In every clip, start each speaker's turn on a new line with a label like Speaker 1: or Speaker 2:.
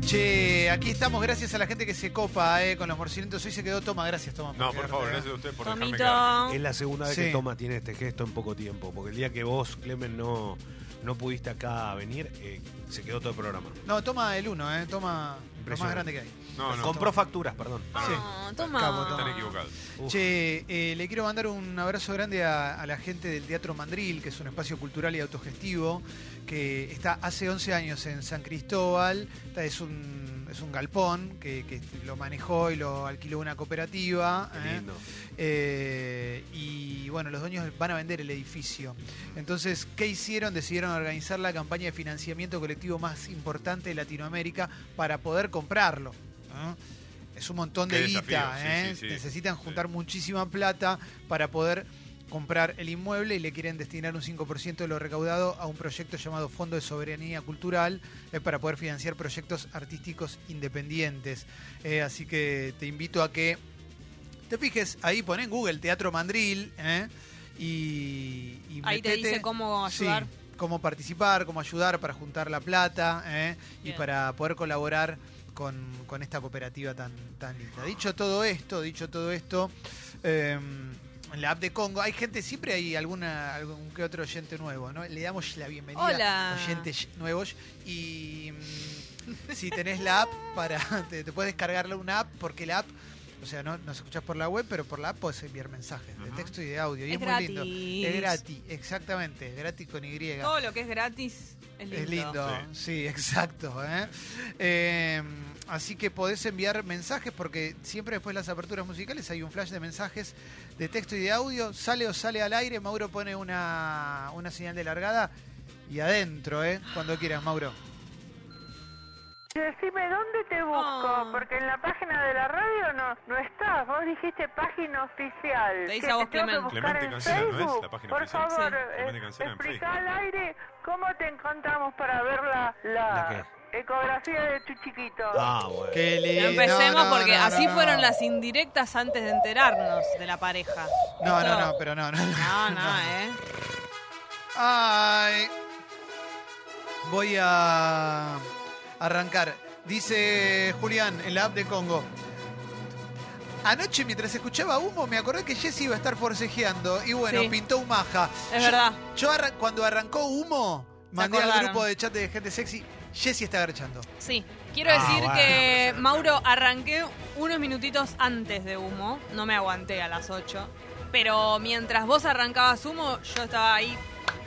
Speaker 1: Che, aquí estamos gracias a la gente que se copa eh, con los morcinientos. Hoy se quedó Toma, gracias Toma.
Speaker 2: No, por
Speaker 1: quedarte
Speaker 2: favor,
Speaker 1: acá.
Speaker 2: gracias a usted por dejarme quedar.
Speaker 3: Tomito.
Speaker 4: Es la segunda vez
Speaker 1: Sí.
Speaker 4: que Toma tiene este gesto en poco tiempo, porque el día que vos, Clemen, no, no pudiste acá venir, eh, se quedó todo el programa.
Speaker 1: No, Toma el uno, eh, Toma lo más
Speaker 4: Impresionante.
Speaker 1: grande que hay.
Speaker 2: No, no,
Speaker 4: Compró facturas, perdón.
Speaker 1: Sí.
Speaker 3: No, Ah, toma.
Speaker 1: Capo, toma.
Speaker 2: están equivocados.
Speaker 4: Uf.
Speaker 1: Che, eh, le quiero mandar un abrazo grande a, a la gente del Teatro Mandril, que es un espacio cultural y autogestivo, que está hace 11 años en San Cristóbal. Está- Es un, es un galpón que, que lo manejó y lo alquiló una cooperativa.
Speaker 4: Qué
Speaker 1: ¿eh?
Speaker 4: lindo.
Speaker 1: Eh, y bueno, los dueños van a vender el edificio. Entonces, ¿qué hicieron? Decidieron organizar la campaña de financiamiento colectivo más importante de Latinoamérica para poder comprarlo. ¿eh? Es un montón
Speaker 2: Qué
Speaker 1: de
Speaker 2: desafío,
Speaker 1: guita,
Speaker 2: sí,
Speaker 1: ¿eh?
Speaker 2: sí, sí.
Speaker 1: necesitan
Speaker 2: Sí.
Speaker 1: juntar muchísima plata para poder comprar el inmueble y le quieren destinar un 5% de lo recaudado a un proyecto llamado Fondo de Soberanía Cultural eh, para poder financiar proyectos artísticos independientes. Eh, así que te invito a que te fijes, ahí poné en Google Teatro Mandril ¿eh? y, y
Speaker 3: Ahí te
Speaker 1: metete-
Speaker 3: dice cómo
Speaker 1: Sí,
Speaker 3: ayudar.
Speaker 1: cómo participar, cómo ayudar para juntar la plata ¿eh? y
Speaker 3: Bien.
Speaker 1: para poder colaborar con, con esta cooperativa tan, tan linda. Dicho todo esto, dicho todo esto, eh, en la app de Congo hay gente, siempre hay alguna, algún que otro oyente nuevo, ¿no? Le damos la bienvenida
Speaker 3: Hola.
Speaker 1: a oyentes nuevos y mm, si tenés la app para, te, te puedes descargarle una app porque la app... O sea, no nos escuchás por la web, pero por la app podés enviar mensajes de
Speaker 2: Ajá.
Speaker 1: texto y de audio. Y es,
Speaker 3: Es
Speaker 1: muy lindo.
Speaker 3: gratis.
Speaker 1: Es gratis, exactamente, es gratis con Y.
Speaker 3: Todo lo que es gratis es lindo.
Speaker 1: Es lindo, sí, exacto. ¿eh? Eh, así que podés enviar mensajes porque siempre después de las aperturas musicales hay un flash de mensajes de texto y de audio. Sale o sale al aire, Mauro pone una, una señal de largada y adentro, ¿eh? cuando quieras, Mauro.
Speaker 5: Y Decime, ¿dónde te busco?
Speaker 3: Ah.
Speaker 5: Porque en la página de la radio no, no estás. Vos dijiste página oficial.
Speaker 3: Te hice
Speaker 5: ¿Que
Speaker 3: a vos,
Speaker 5: tengo que
Speaker 3: Clemen.
Speaker 5: buscar
Speaker 2: Clemente
Speaker 5: en
Speaker 2: Cancela, ¿no es la
Speaker 5: Facebook?
Speaker 2: página
Speaker 5: Por
Speaker 2: oficial?
Speaker 5: favor,
Speaker 3: Sí.
Speaker 5: eh,
Speaker 2: Clemente Cancela en
Speaker 5: explica
Speaker 2: Facebook.
Speaker 5: al aire cómo te encontramos para ver la, la, ecografía de tu chiquito.
Speaker 4: Ah, bueno.
Speaker 1: Qué lindo.
Speaker 3: No empecemos
Speaker 1: No, no,
Speaker 3: porque
Speaker 1: no,
Speaker 3: así
Speaker 1: no.
Speaker 3: fueron las indirectas antes de enterarnos de la pareja.
Speaker 1: No, no,
Speaker 3: ¿Listo?
Speaker 1: no, pero no, no.
Speaker 3: No, no, ¿eh?
Speaker 1: Ay. Voy a arrancar. Dice Julián en la app de Congo. Anoche mientras escuchaba humo me acordé que Jesse iba a estar forcejeando y bueno,
Speaker 3: Sí.
Speaker 1: pintó un maja.
Speaker 3: Es
Speaker 1: Yo-
Speaker 3: verdad.
Speaker 1: Yo arran- cuando arrancó humo, mandé al
Speaker 3: acordaron.
Speaker 1: grupo de chat de gente sexy, Jesse está garchando.
Speaker 3: Sí. Quiero
Speaker 4: Ah,
Speaker 3: decir
Speaker 4: bueno,
Speaker 3: que, Mauro, arranqué unos minutitos antes de humo. No me aguanté a las 8. Pero mientras vos arrancabas humo, yo estaba ahí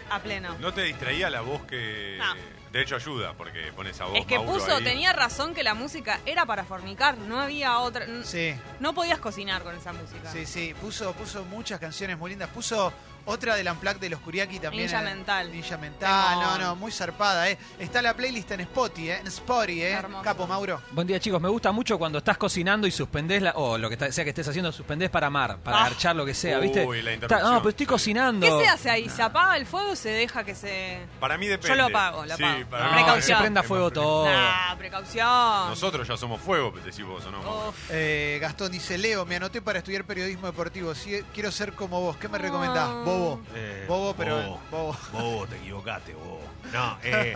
Speaker 3: a pleno.
Speaker 2: ¿No te distraía la voz que...
Speaker 3: No.
Speaker 2: De hecho, ayuda, porque pones a voz,
Speaker 3: Es que
Speaker 2: Mauro,
Speaker 3: puso,
Speaker 2: ahí.
Speaker 3: tenía razón que la música era para fornicar, no había otra. n-
Speaker 1: Sí,
Speaker 3: No podías cocinar con esa música.
Speaker 1: sí, sí. Puso, puso muchas canciones muy lindas. Puso otra del Unplugged de los Kuriaki también.
Speaker 3: Ninja
Speaker 1: eh,
Speaker 3: Mental.
Speaker 1: Ninja Mental, no,
Speaker 3: Temón.
Speaker 1: no, muy zarpada, ¿eh? Está la playlist en Spotify, ¿eh? En Spotify, ¿eh?
Speaker 3: Hermoso.
Speaker 1: Capo, Mauro.
Speaker 6: Buen día chicos, me gusta mucho cuando estás cocinando y suspendés la, o lo que está- sea que estés haciendo, suspendés para amar, para
Speaker 3: Ah.
Speaker 6: garchar lo que sea, ¿viste?
Speaker 2: Uy, la
Speaker 6: Está-
Speaker 2: interrupción.
Speaker 6: no, pero estoy cocinando.
Speaker 3: ¿Qué se hace ahí? ¿Se apaga el fuego o se deja que se.?
Speaker 2: Para mí depende.
Speaker 3: Yo lo apago, lo
Speaker 2: sí,
Speaker 3: apago.
Speaker 2: Para
Speaker 6: No,
Speaker 2: mí
Speaker 3: Precaución.
Speaker 6: que se prenda fuego todo.
Speaker 3: Nah, precaución.
Speaker 2: Nosotros ya somos fuego, pues, decís vos, ¿o no? Mauro?
Speaker 3: Uf.
Speaker 1: Eh, Gastón dice, Leo, me anoté para estudiar periodismo deportivo. Sí, quiero ser como vos. ¿Qué me
Speaker 3: No.
Speaker 1: recomendás?
Speaker 3: Ah.
Speaker 1: Bobo.
Speaker 4: Eh,
Speaker 1: Bobo, pero...
Speaker 4: bobo.
Speaker 1: bobo.
Speaker 4: Bobo, te equivocaste, bobo. No, eh.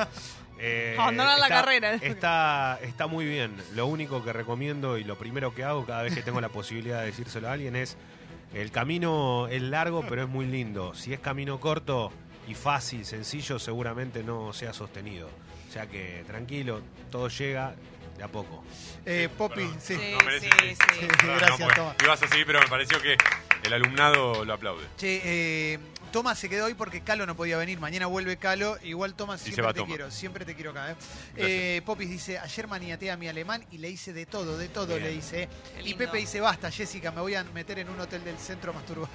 Speaker 4: eh,
Speaker 3: Abandonar la
Speaker 4: está-
Speaker 3: carrera.
Speaker 4: Está, está muy bien. Lo único que recomiendo y lo primero que hago cada vez que tengo la posibilidad de decírselo a alguien es: el camino es largo, pero es muy lindo. Si es camino corto y fácil, sencillo, seguramente no sea sostenido. O sea que tranquilo, todo llega de a poco.
Speaker 1: Eh, Poppy,
Speaker 2: perdón.
Speaker 1: sí.
Speaker 3: Sí,
Speaker 2: No merece.
Speaker 3: sí, sí.
Speaker 1: Sí, gracias,
Speaker 2: porque
Speaker 1: Toma.
Speaker 2: Ibas así, pero me pareció que el alumnado lo aplaude.
Speaker 1: Che, eh, Toma se quedó hoy porque Calo no podía venir. Mañana vuelve Calo. Igual Toma,
Speaker 2: se
Speaker 1: siempre
Speaker 2: va
Speaker 1: te
Speaker 2: Toma.
Speaker 1: quiero. Siempre te quiero acá. ¿eh?
Speaker 2: Gracias.
Speaker 1: Eh, Popis dice, ayer maniateé a mi alemán y le hice de todo, de todo
Speaker 4: Bien.
Speaker 1: le hice. ¿eh?
Speaker 3: Qué
Speaker 1: Y
Speaker 3: lindo.
Speaker 1: Pepe dice, basta, Jessica, me voy a meter en un hotel del centro masturbado.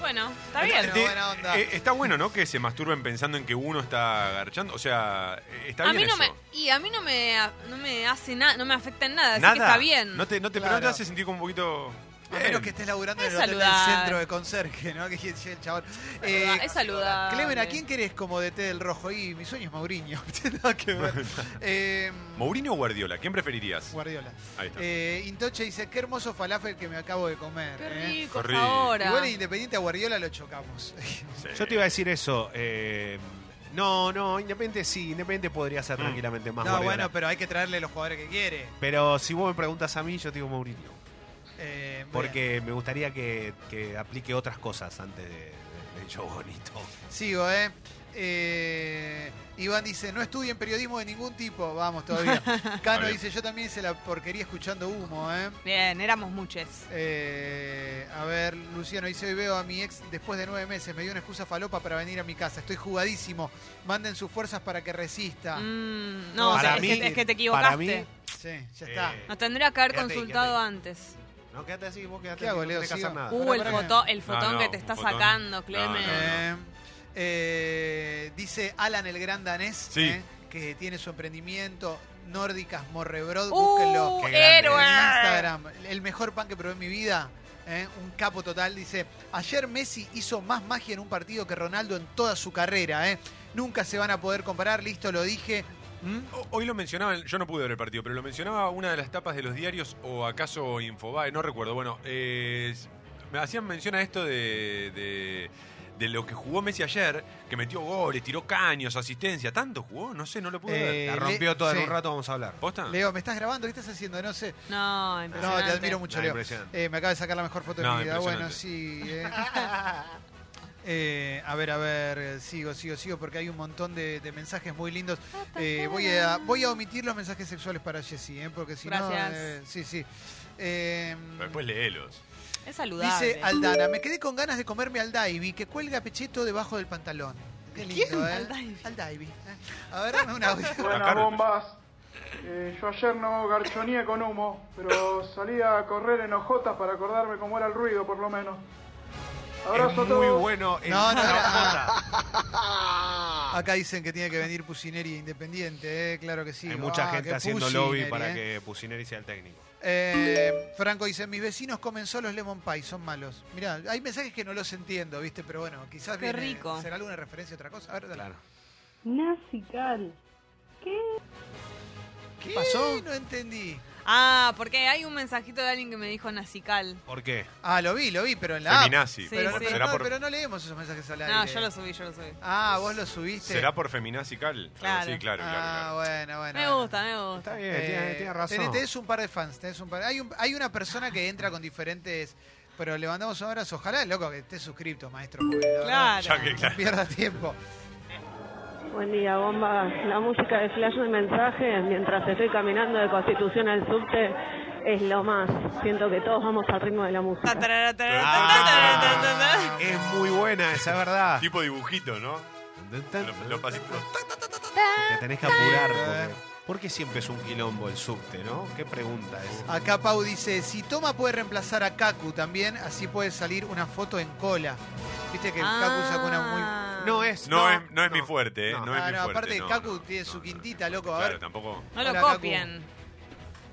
Speaker 3: Bueno, está bien.
Speaker 1: Pero buena onda.
Speaker 2: Eh, está bueno, ¿no? Que se masturben pensando en que uno está garchando. O sea, eh, está
Speaker 3: A
Speaker 2: bien
Speaker 3: mí no
Speaker 2: eso.
Speaker 3: me, y a mí no me, no me hace nada, no me afecta en nada,
Speaker 2: Nada.
Speaker 3: así que está bien.
Speaker 2: No te, no te, pero
Speaker 1: Claro.
Speaker 2: no te hace sentir como un poquito.
Speaker 1: A
Speaker 2: Bien.
Speaker 1: menos que estés laburando en
Speaker 3: Es
Speaker 1: el hotel del
Speaker 3: saludable.
Speaker 1: centro de conserje, ¿no? Que llegue el chabón. Eh,
Speaker 3: es saludable.
Speaker 1: Clemen, ¿a quién querés como DT del rojo? Y mi sueño es Mourinho. Nada que ver. Eh,
Speaker 2: ¿Mourinho o Guardiola? ¿Quién preferirías?
Speaker 1: Guardiola.
Speaker 2: Ahí está.
Speaker 1: Eh, Intoche dice, qué hermoso falafel que me acabo de comer.
Speaker 3: Qué
Speaker 1: ¿eh?
Speaker 3: rico,
Speaker 2: Horrible.
Speaker 3: ahora.
Speaker 1: Igual independiente a Guardiola lo chocamos.
Speaker 2: Sí.
Speaker 4: Yo te iba a decir eso. eh, No, no, Independiente sí, Independiente podría ser
Speaker 2: Mm.
Speaker 4: tranquilamente más
Speaker 1: No,
Speaker 4: goleadora.
Speaker 1: bueno, pero hay que traerle los jugadores que quiere.
Speaker 4: Pero si vos me preguntas a mí, yo te digo Mourinho.
Speaker 1: Eh, bien.
Speaker 4: Porque me gustaría que, que aplique otras cosas antes de, de- de Joe Bonito.
Speaker 1: Sigo, ¿eh? Eh, Iván dice, no estudien periodismo de ningún tipo. Vamos, todavía. Cano
Speaker 2: bien.
Speaker 1: dice, yo también hice la porquería escuchando humo, ¿eh?
Speaker 3: Bien, éramos muchos.
Speaker 1: Eh, a ver, Luciano dice, hoy veo a mi ex después de nueve meses, me dio una excusa falopa para venir a mi casa, estoy jugadísimo, manden sus fuerzas para que resista.
Speaker 3: Mm, no,
Speaker 1: Para
Speaker 3: o sea, es,
Speaker 1: mí-
Speaker 3: que, es que te equivocaste.
Speaker 4: Para mí,
Speaker 1: Sí, ya está.
Speaker 4: Eh,
Speaker 3: Nos tendría que haber
Speaker 4: Quédate ahí,
Speaker 3: consultado
Speaker 4: quédate
Speaker 3: antes.
Speaker 4: no, quédate así, vos quédate
Speaker 1: ¿Qué
Speaker 4: así,
Speaker 1: hago,
Speaker 4: no
Speaker 1: Leo?
Speaker 4: tenés que hacer
Speaker 1: ¿Sigo?
Speaker 4: nada.
Speaker 1: Pará,
Speaker 3: Uh,
Speaker 1: pará,
Speaker 3: el,
Speaker 1: pará.
Speaker 3: fotón, el fotón
Speaker 2: no,
Speaker 3: que te
Speaker 2: un
Speaker 3: está
Speaker 2: fotón.
Speaker 3: sacando, Clemen.
Speaker 2: No, no,
Speaker 1: Eh, eh, dice Alan el gran danés,
Speaker 2: Sí.
Speaker 1: eh, que tiene su emprendimiento Nórdicas Morrebrod, búsquenlo.
Speaker 3: ¡Uh,
Speaker 4: Qué grande.
Speaker 1: en
Speaker 3: héroe!
Speaker 1: Instagram. El mejor pan que probé en mi vida. ¿eh? Un capo total. Dice, ayer Messi hizo más magia en un partido que Ronaldo en toda su carrera. ¿eh? Nunca se van a poder comparar. Listo, lo dije. ¿Mm?
Speaker 2: O- Hoy lo mencionaban, yo no pude ver el partido, pero lo mencionaba una de las tapas de los diarios o acaso Infobae, no recuerdo. Bueno, eh, me hacían mención a esto de, de- de lo que jugó Messi ayer, que metió goles, tiró caños, asistencia. ¿Tanto jugó? No sé, no lo pude
Speaker 1: Eh,
Speaker 2: ver.
Speaker 4: La
Speaker 1: Le-
Speaker 4: rompió toda en
Speaker 1: sí.
Speaker 4: un rato, vamos a hablar.
Speaker 2: ¿Posta?
Speaker 1: Leo, ¿me estás grabando? ¿Qué estás haciendo? No sé.
Speaker 3: No,
Speaker 1: No,
Speaker 3: impresionante.
Speaker 1: te admiro mucho,
Speaker 4: Ah,
Speaker 1: Leo.
Speaker 4: impresionante.
Speaker 1: Eh, me acaba de sacar la mejor foto de
Speaker 2: No,
Speaker 1: mi vida. Bueno,
Speaker 2: impresionante.
Speaker 1: sí. eh. Eh, a ver, a ver, eh, sigo, sigo, sigo, porque hay un montón de, de mensajes muy lindos.
Speaker 3: Ah,
Speaker 1: Eh, voy, a, voy a omitir los mensajes sexuales para Jessy, eh, porque si
Speaker 3: Gracias.
Speaker 1: no. eh, sí, sí. Eh,
Speaker 2: Pero después léelos.
Speaker 3: Es saludable.
Speaker 1: dice Aldana: Me quedé con ganas de comerme al Daibi que cuelga pecheto debajo del pantalón. Qué lindo, ¿eh?
Speaker 3: Al Daibi.
Speaker 1: Al Daibi, eh. A ver, dame un audio.
Speaker 2: Acá
Speaker 7: Buenas
Speaker 2: no.
Speaker 7: bombas. Eh, yo ayer no garchoneé con humo, pero salí a correr en hojotas para acordarme cómo era el ruido, por lo menos.
Speaker 4: Es
Speaker 7: Abrazo a
Speaker 4: muy
Speaker 7: todos.
Speaker 4: bueno. el-
Speaker 1: No, no, era- Acá dicen que tiene que venir Pucineri Independiente, eh, claro que sí.
Speaker 4: Hay mucha
Speaker 1: Ah,
Speaker 4: gente
Speaker 1: que
Speaker 4: haciendo
Speaker 1: Pucineri,
Speaker 4: lobby para
Speaker 1: eh.
Speaker 4: que Pusineri sea el técnico.
Speaker 1: Eh, Franco dice, mis vecinos comen solos lemon pie, son malos. Mirá, hay mensajes que no los entiendo, ¿viste? Pero bueno, quizás
Speaker 3: Qué rico.
Speaker 1: será alguna referencia a otra cosa. A ver, dale.
Speaker 4: Claro.
Speaker 8: Nazical.
Speaker 1: ¿Qué pasó? No entendí.
Speaker 3: Ah, porque hay un mensajito de alguien que me dijo nacical.
Speaker 4: ¿Por qué?
Speaker 1: Ah, lo vi, lo vi, pero en la app.
Speaker 2: Feminazi.
Speaker 3: Sí,
Speaker 1: Pero,
Speaker 2: por-
Speaker 1: pero
Speaker 2: ¿Será,
Speaker 1: no,
Speaker 2: por,
Speaker 1: pero no leemos esos mensajes al aire.
Speaker 3: No, yo lo subí, yo lo subí.
Speaker 1: Ah, vos lo subiste.
Speaker 2: ¿será por feminazi cal? Algo
Speaker 3: Claro.
Speaker 2: así, claro, claro,
Speaker 1: Ah,
Speaker 2: claro.
Speaker 1: bueno, bueno.
Speaker 3: Me
Speaker 1: bueno.
Speaker 3: gusta, me gusta.
Speaker 4: Está bien, tiene,
Speaker 1: Eh,
Speaker 4: tiene razón.
Speaker 1: tenés- tenés un par de fans, tenés un par. Hay, un- hay una persona que entra con diferentes. Pero le mandamos un abrazo. Ojalá, loco, que estés suscrito, maestro. porque la verdad,
Speaker 3: Claro.
Speaker 2: Ya que,
Speaker 1: No
Speaker 2: claro.
Speaker 1: pierda tiempo.
Speaker 8: Buen día, bomba. La música de flash de mensaje mientras estoy caminando de Constitución al subte es lo más. Siento que todos vamos al ritmo de la música.
Speaker 3: Tatarara, tatarara,
Speaker 4: Ah.
Speaker 3: tatarara, tatarara.
Speaker 4: Es muy buena, esa es verdad.
Speaker 2: Tipo dibujito, ¿no? Los, los
Speaker 4: Te
Speaker 2: pasitos.
Speaker 4: tenés que apurar. Porque, ¿Por qué siempre es un quilombo el subte, no? ¿Qué pregunta es?
Speaker 1: Acá Pau dice, si Toma puede reemplazar a Kaku también, así puede salir una foto en cola. Viste que Kaku sacó una
Speaker 3: Ah.
Speaker 1: muy... eh.
Speaker 4: No es.
Speaker 2: No, es, no es mi fuerte, ¿eh? No,
Speaker 4: No.
Speaker 2: es
Speaker 1: Ah,
Speaker 2: mi
Speaker 1: no,
Speaker 2: fuerte.
Speaker 1: aparte
Speaker 2: no,
Speaker 1: Kaku
Speaker 2: no,
Speaker 1: tiene
Speaker 2: no,
Speaker 1: su
Speaker 2: no.
Speaker 1: quintita, loco. A
Speaker 2: Claro,
Speaker 1: ver,
Speaker 2: tampoco.
Speaker 3: No lo
Speaker 1: Hola, Cacu.
Speaker 3: copien.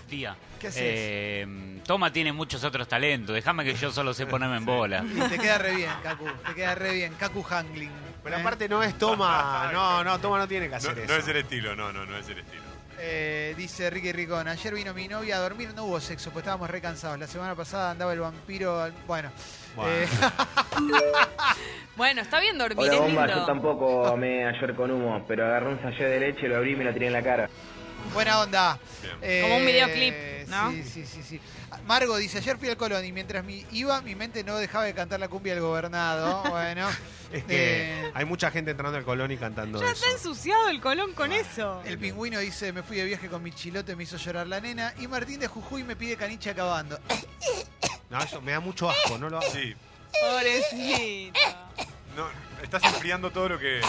Speaker 9: Tía,
Speaker 1: ¿Qué haces?
Speaker 9: eh, Toma tiene muchos otros talentos. Déjame que yo solo sé ponerme en bola.
Speaker 1: y te queda re bien, Kaku. Te queda re bien. Kaku Hangling.
Speaker 4: Pero
Speaker 1: ¿eh?
Speaker 4: aparte no es toma. No, no, toma no tiene que
Speaker 2: Ah, No,
Speaker 4: hacer eso.
Speaker 2: no es el estilo, no, no, no es el estilo.
Speaker 1: Eh, dice Ricky Ricón, ayer vino mi novia a dormir, no hubo sexo, pues estábamos re cansados. La semana pasada andaba el vampiro... al- Bueno.
Speaker 4: Bueno.
Speaker 1: Eh,
Speaker 3: Bueno, está bien dormir,
Speaker 10: Hola
Speaker 3: es
Speaker 10: bomba, yo
Speaker 3: lindo.
Speaker 10: tampoco amé ayer con humo, pero agarré un sallé de leche, lo abrí y me lo tiré en la cara.
Speaker 1: Buena onda.
Speaker 2: Bien.
Speaker 1: Eh,
Speaker 3: Como un videoclip, ¿no?
Speaker 1: Sí, sí, sí, sí. Margo dice, ayer fui al Colón y mientras mi iba, mi mente no dejaba de cantar la cumbia del gobernado. Bueno.
Speaker 4: Es que
Speaker 1: eh,
Speaker 4: hay mucha gente entrando al Colón y cantando
Speaker 3: Ya
Speaker 4: eso.
Speaker 3: está ensuciado el colón con eso.
Speaker 1: el pingüino dice, me fui de viaje con mi chilote, me hizo llorar la nena. Y Martín de Jujuy me pide caniche acabando.
Speaker 4: No, eso me da mucho asco, no lo hago.
Speaker 2: Sí,
Speaker 3: Pobrecito.
Speaker 1: Eh.
Speaker 2: no, estás enfriando todo lo que,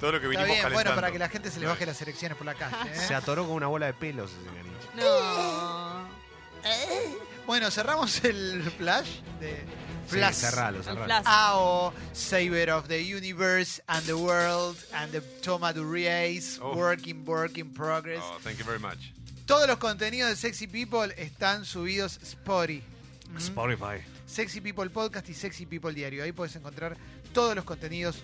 Speaker 2: todo lo que
Speaker 1: Está
Speaker 2: vinimos
Speaker 1: bien,
Speaker 2: calentando.
Speaker 1: bueno, para que la gente se le baje las elecciones por la calle. ¿eh?
Speaker 4: Se atoró con una bola de pelos ese caniche.
Speaker 3: No.
Speaker 1: Bueno, cerramos el flash de Flash.
Speaker 4: Sí, cerralo,
Speaker 3: El
Speaker 4: cerralo.
Speaker 3: flash.
Speaker 1: AO, Saber of the Universe and the World and the Toma Durie's
Speaker 2: Oh.
Speaker 1: Working Work in Progress.
Speaker 2: Oh, thank you very much.
Speaker 1: Todos los contenidos de Sexy People están subidos Spotty. Mm.
Speaker 4: Spotify.
Speaker 1: Sexy People Podcast y Sexy People Diario. Ahí puedes encontrar todos los contenidos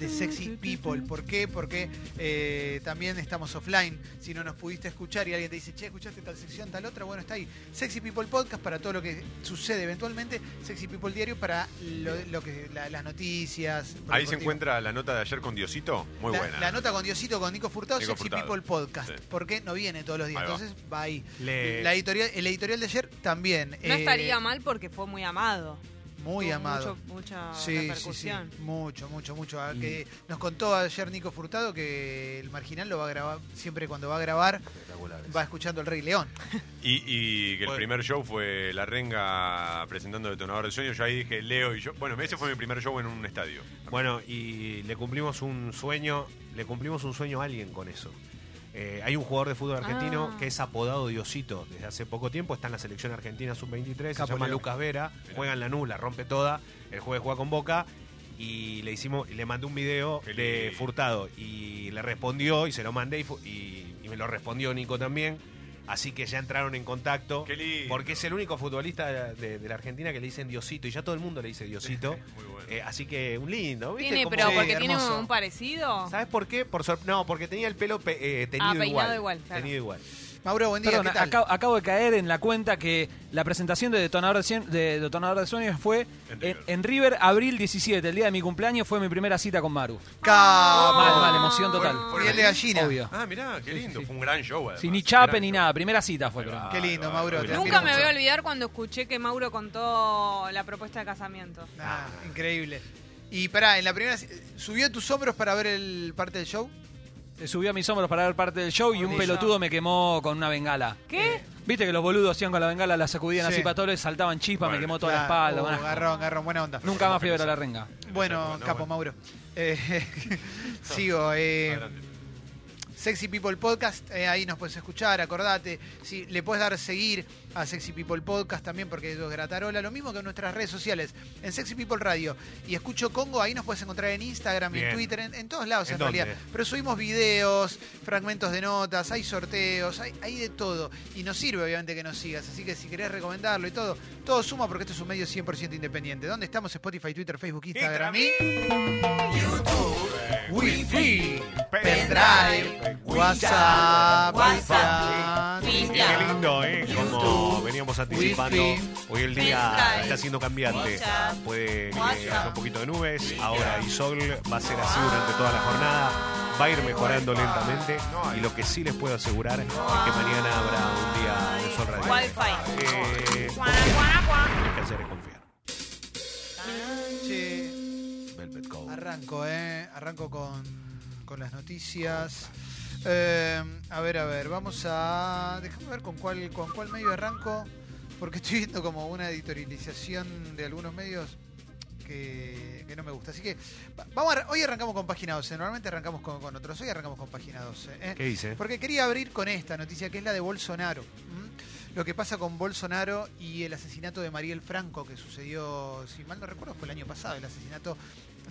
Speaker 1: de Sexy People. ¿Por qué? Porque eh, también estamos offline. Si no nos pudiste escuchar y alguien te dice, che, escuchaste tal sección, tal otra, bueno, está ahí. Sexy People Podcast para todo lo que sucede eventualmente. Sexy People Diario para lo, lo que, la- las noticias. lo
Speaker 2: Ahí se
Speaker 1: deportivo.
Speaker 2: encuentra la nota de ayer con Diosito. Muy
Speaker 1: la,
Speaker 2: buena.
Speaker 1: la nota con Diosito, con Nico Furtado,
Speaker 2: Nico
Speaker 1: Sexy
Speaker 2: Furtado.
Speaker 1: People Podcast.
Speaker 2: Sí.
Speaker 1: Porque no viene todos los días.
Speaker 2: Ahí va.
Speaker 1: Entonces va ahí.
Speaker 4: Le-
Speaker 1: La editorial, el editorial de ayer también.
Speaker 3: No
Speaker 1: eh,
Speaker 3: estaría mal porque fue muy amado.
Speaker 1: Muy
Speaker 3: Tuvo
Speaker 1: amado.
Speaker 3: mucho- mucha
Speaker 1: Sí, sí, sí,
Speaker 3: repercusión.
Speaker 1: mucho, mucho, mucho. Ah, que nos contó ayer Nico Furtado que el marginal lo va a grabar, siempre cuando va a grabar, va escuchando el Rey León.
Speaker 2: Y, y que el
Speaker 4: Bueno.
Speaker 2: primer show fue La Renga presentando Detonador del Sueño. Yo ahí dije, Leo y yo. Bueno, ese fue mi primer show en un estadio.
Speaker 4: Bueno, y le cumplimos un sueño, le cumplimos un sueño a alguien con eso. Eh, hay un jugador de fútbol argentino
Speaker 3: Ah.
Speaker 4: que es apodado Diosito desde hace poco tiempo, está en la selección argentina sub-23, se
Speaker 1: Capo
Speaker 4: llama
Speaker 1: Leo.
Speaker 4: Lucas Vera, juega en la nula, rompe toda, el jueves juega con Boca y le hicimos, le mandé un video
Speaker 2: Qué
Speaker 4: de
Speaker 2: lindo.
Speaker 4: Furtado y le respondió y se lo mandé y, fu- y- y me lo respondió Nico también. Así que ya entraron en contacto.
Speaker 2: Qué lindo.
Speaker 4: Porque es el único futbolista de, de la Argentina que le dicen Diosito. Y ya todo el mundo le dice Diosito.
Speaker 2: Muy bueno.
Speaker 4: Eh, así que un lindo, ¿viste?
Speaker 3: Tiene,
Speaker 4: Como-
Speaker 3: pero
Speaker 1: Sí,
Speaker 3: porque tiene
Speaker 1: hermoso.
Speaker 3: un parecido.
Speaker 4: ¿Sabes por qué? Por sor- No, porque tenía el pelo pe- eh, teñido
Speaker 3: Ah, peinado
Speaker 4: igual.
Speaker 3: igual, claro.
Speaker 4: Teñido igual.
Speaker 1: Mauro, buen día,
Speaker 6: Perdón,
Speaker 1: ¿qué tal?
Speaker 6: acabo, acabo de caer en la cuenta que la presentación de Detonador de, Cien- de Detonador de Sueños fue
Speaker 2: En
Speaker 6: en,
Speaker 2: River.
Speaker 6: en River, abril 17, el día de mi cumpleaños, fue mi primera cita con Maru.
Speaker 1: Capo.
Speaker 6: Ah, Mal, mal, emoción total.
Speaker 2: Fueron-
Speaker 1: Piel de gallina.
Speaker 6: Obvio.
Speaker 2: Ah, mirá, qué
Speaker 6: Sí, sí,
Speaker 2: lindo.
Speaker 6: sí.
Speaker 2: Fue un gran show. Además.
Speaker 6: Sí, ni chape
Speaker 2: Gran
Speaker 6: ni
Speaker 2: show.
Speaker 6: nada, primera cita fue.
Speaker 2: Ahí
Speaker 6: pero-
Speaker 2: va,
Speaker 1: Qué lindo,
Speaker 2: ahí va,
Speaker 1: Mauro,
Speaker 2: muy
Speaker 1: te
Speaker 2: bien.
Speaker 1: admiro
Speaker 3: Nunca me
Speaker 1: mucho.
Speaker 3: voy a olvidar cuando escuché que Mauro contó la propuesta de casamiento.
Speaker 1: Ah, increíble. Y pará, en la primera, eh, ¿subió tus hombros para ver el parte del show?
Speaker 6: Se Subió a mis hombros para ver parte del show y un
Speaker 3: Orgullo.
Speaker 6: pelotudo me quemó con una bengala.
Speaker 3: ¿Qué?
Speaker 6: Viste que los boludos hacían con la bengala, la sacudían
Speaker 1: Sí.
Speaker 6: así para todos, saltaban chispas,
Speaker 2: Bueno,
Speaker 6: me quemó toda la
Speaker 1: Claro.
Speaker 6: espalda.
Speaker 1: Uh,
Speaker 6: un asco.
Speaker 1: garrón, garrón, buena onda.
Speaker 6: Nunca más fui a ver a la renga.
Speaker 1: Bueno,
Speaker 2: No,
Speaker 1: capo,
Speaker 2: bueno.
Speaker 1: Mauro. Eh, sigo. eh,
Speaker 2: Adelante.
Speaker 1: Sexy People Podcast, eh, ahí nos puedes escuchar, acordate. Si le puedes dar seguir a Sexy People Podcast también, porque eso es gratarola. Lo mismo que en nuestras redes sociales, en Sexy People Radio. Y Escucho Congo, ahí nos puedes encontrar en Instagram,
Speaker 4: Bien.
Speaker 1: en Twitter, en, en todos lados
Speaker 4: ¿En
Speaker 1: en,
Speaker 4: dónde?
Speaker 1: realidad. Pero subimos videos, fragmentos de notas, hay sorteos, hay, hay de todo. Y nos sirve, obviamente, que nos sigas. Así que si querés recomendarlo y todo, todo suma porque esto es un medio 100% independiente. ¿Dónde estamos? Spotify, Twitter, Facebook, Instagram y... Wi-Fi, pendrive, WhatsApp,
Speaker 3: WhatsApp,
Speaker 1: Instagram.
Speaker 4: Y qué lindo, ¿eh? Como veníamos anticipando,
Speaker 1: Ah, Wifi.
Speaker 4: hoy el día
Speaker 3: Pendrive.
Speaker 4: está siendo cambiante.
Speaker 3: WhatsApp.
Speaker 4: Puede que
Speaker 3: WhatsApp.
Speaker 4: haya un poquito de nubes, ahora y sol, va a ser así durante toda la jornada. Va a ir mejorando lentamente y lo que sí les puedo asegurar es que mañana habrá un día de sol radiante.
Speaker 3: Wi-Fi.
Speaker 4: Eh,
Speaker 3: Guana, guana, guana.
Speaker 4: lo que hay que hacer es confiar.
Speaker 1: Che,
Speaker 4: Velvet Code.
Speaker 1: arranco, eh. Arranco con, con las noticias. Eh, a ver, a ver, vamos a. Déjame ver con cuál, con cuál medio arranco. Porque estoy viendo como una editorialización de algunos medios que, que no me gusta. Así que va- vamos a arran- hoy arrancamos con página 12. Normalmente arrancamos con, con otros. Hoy arrancamos con página 12. eh.
Speaker 4: ¿Qué dice?
Speaker 1: Porque quería abrir con esta noticia, que es la de Bolsonaro. ¿m? Lo que pasa con Bolsonaro y el asesinato de Mariel Franco, que sucedió, si mal no recuerdo, fue el año pasado, el asesinato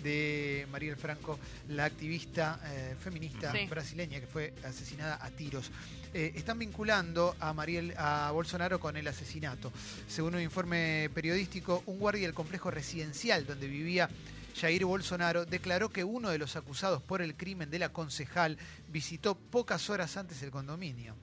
Speaker 1: de Mariel Franco, la activista eh, feminista
Speaker 3: Sí.
Speaker 1: brasileña que fue asesinada a tiros. Eh, están vinculando a Mariel, a Bolsonaro con el asesinato. Según un informe periodístico, un guardia del complejo residencial donde vivía Jair Bolsonaro declaró que uno de los acusados por el crimen de la concejal visitó pocas horas antes el condominio.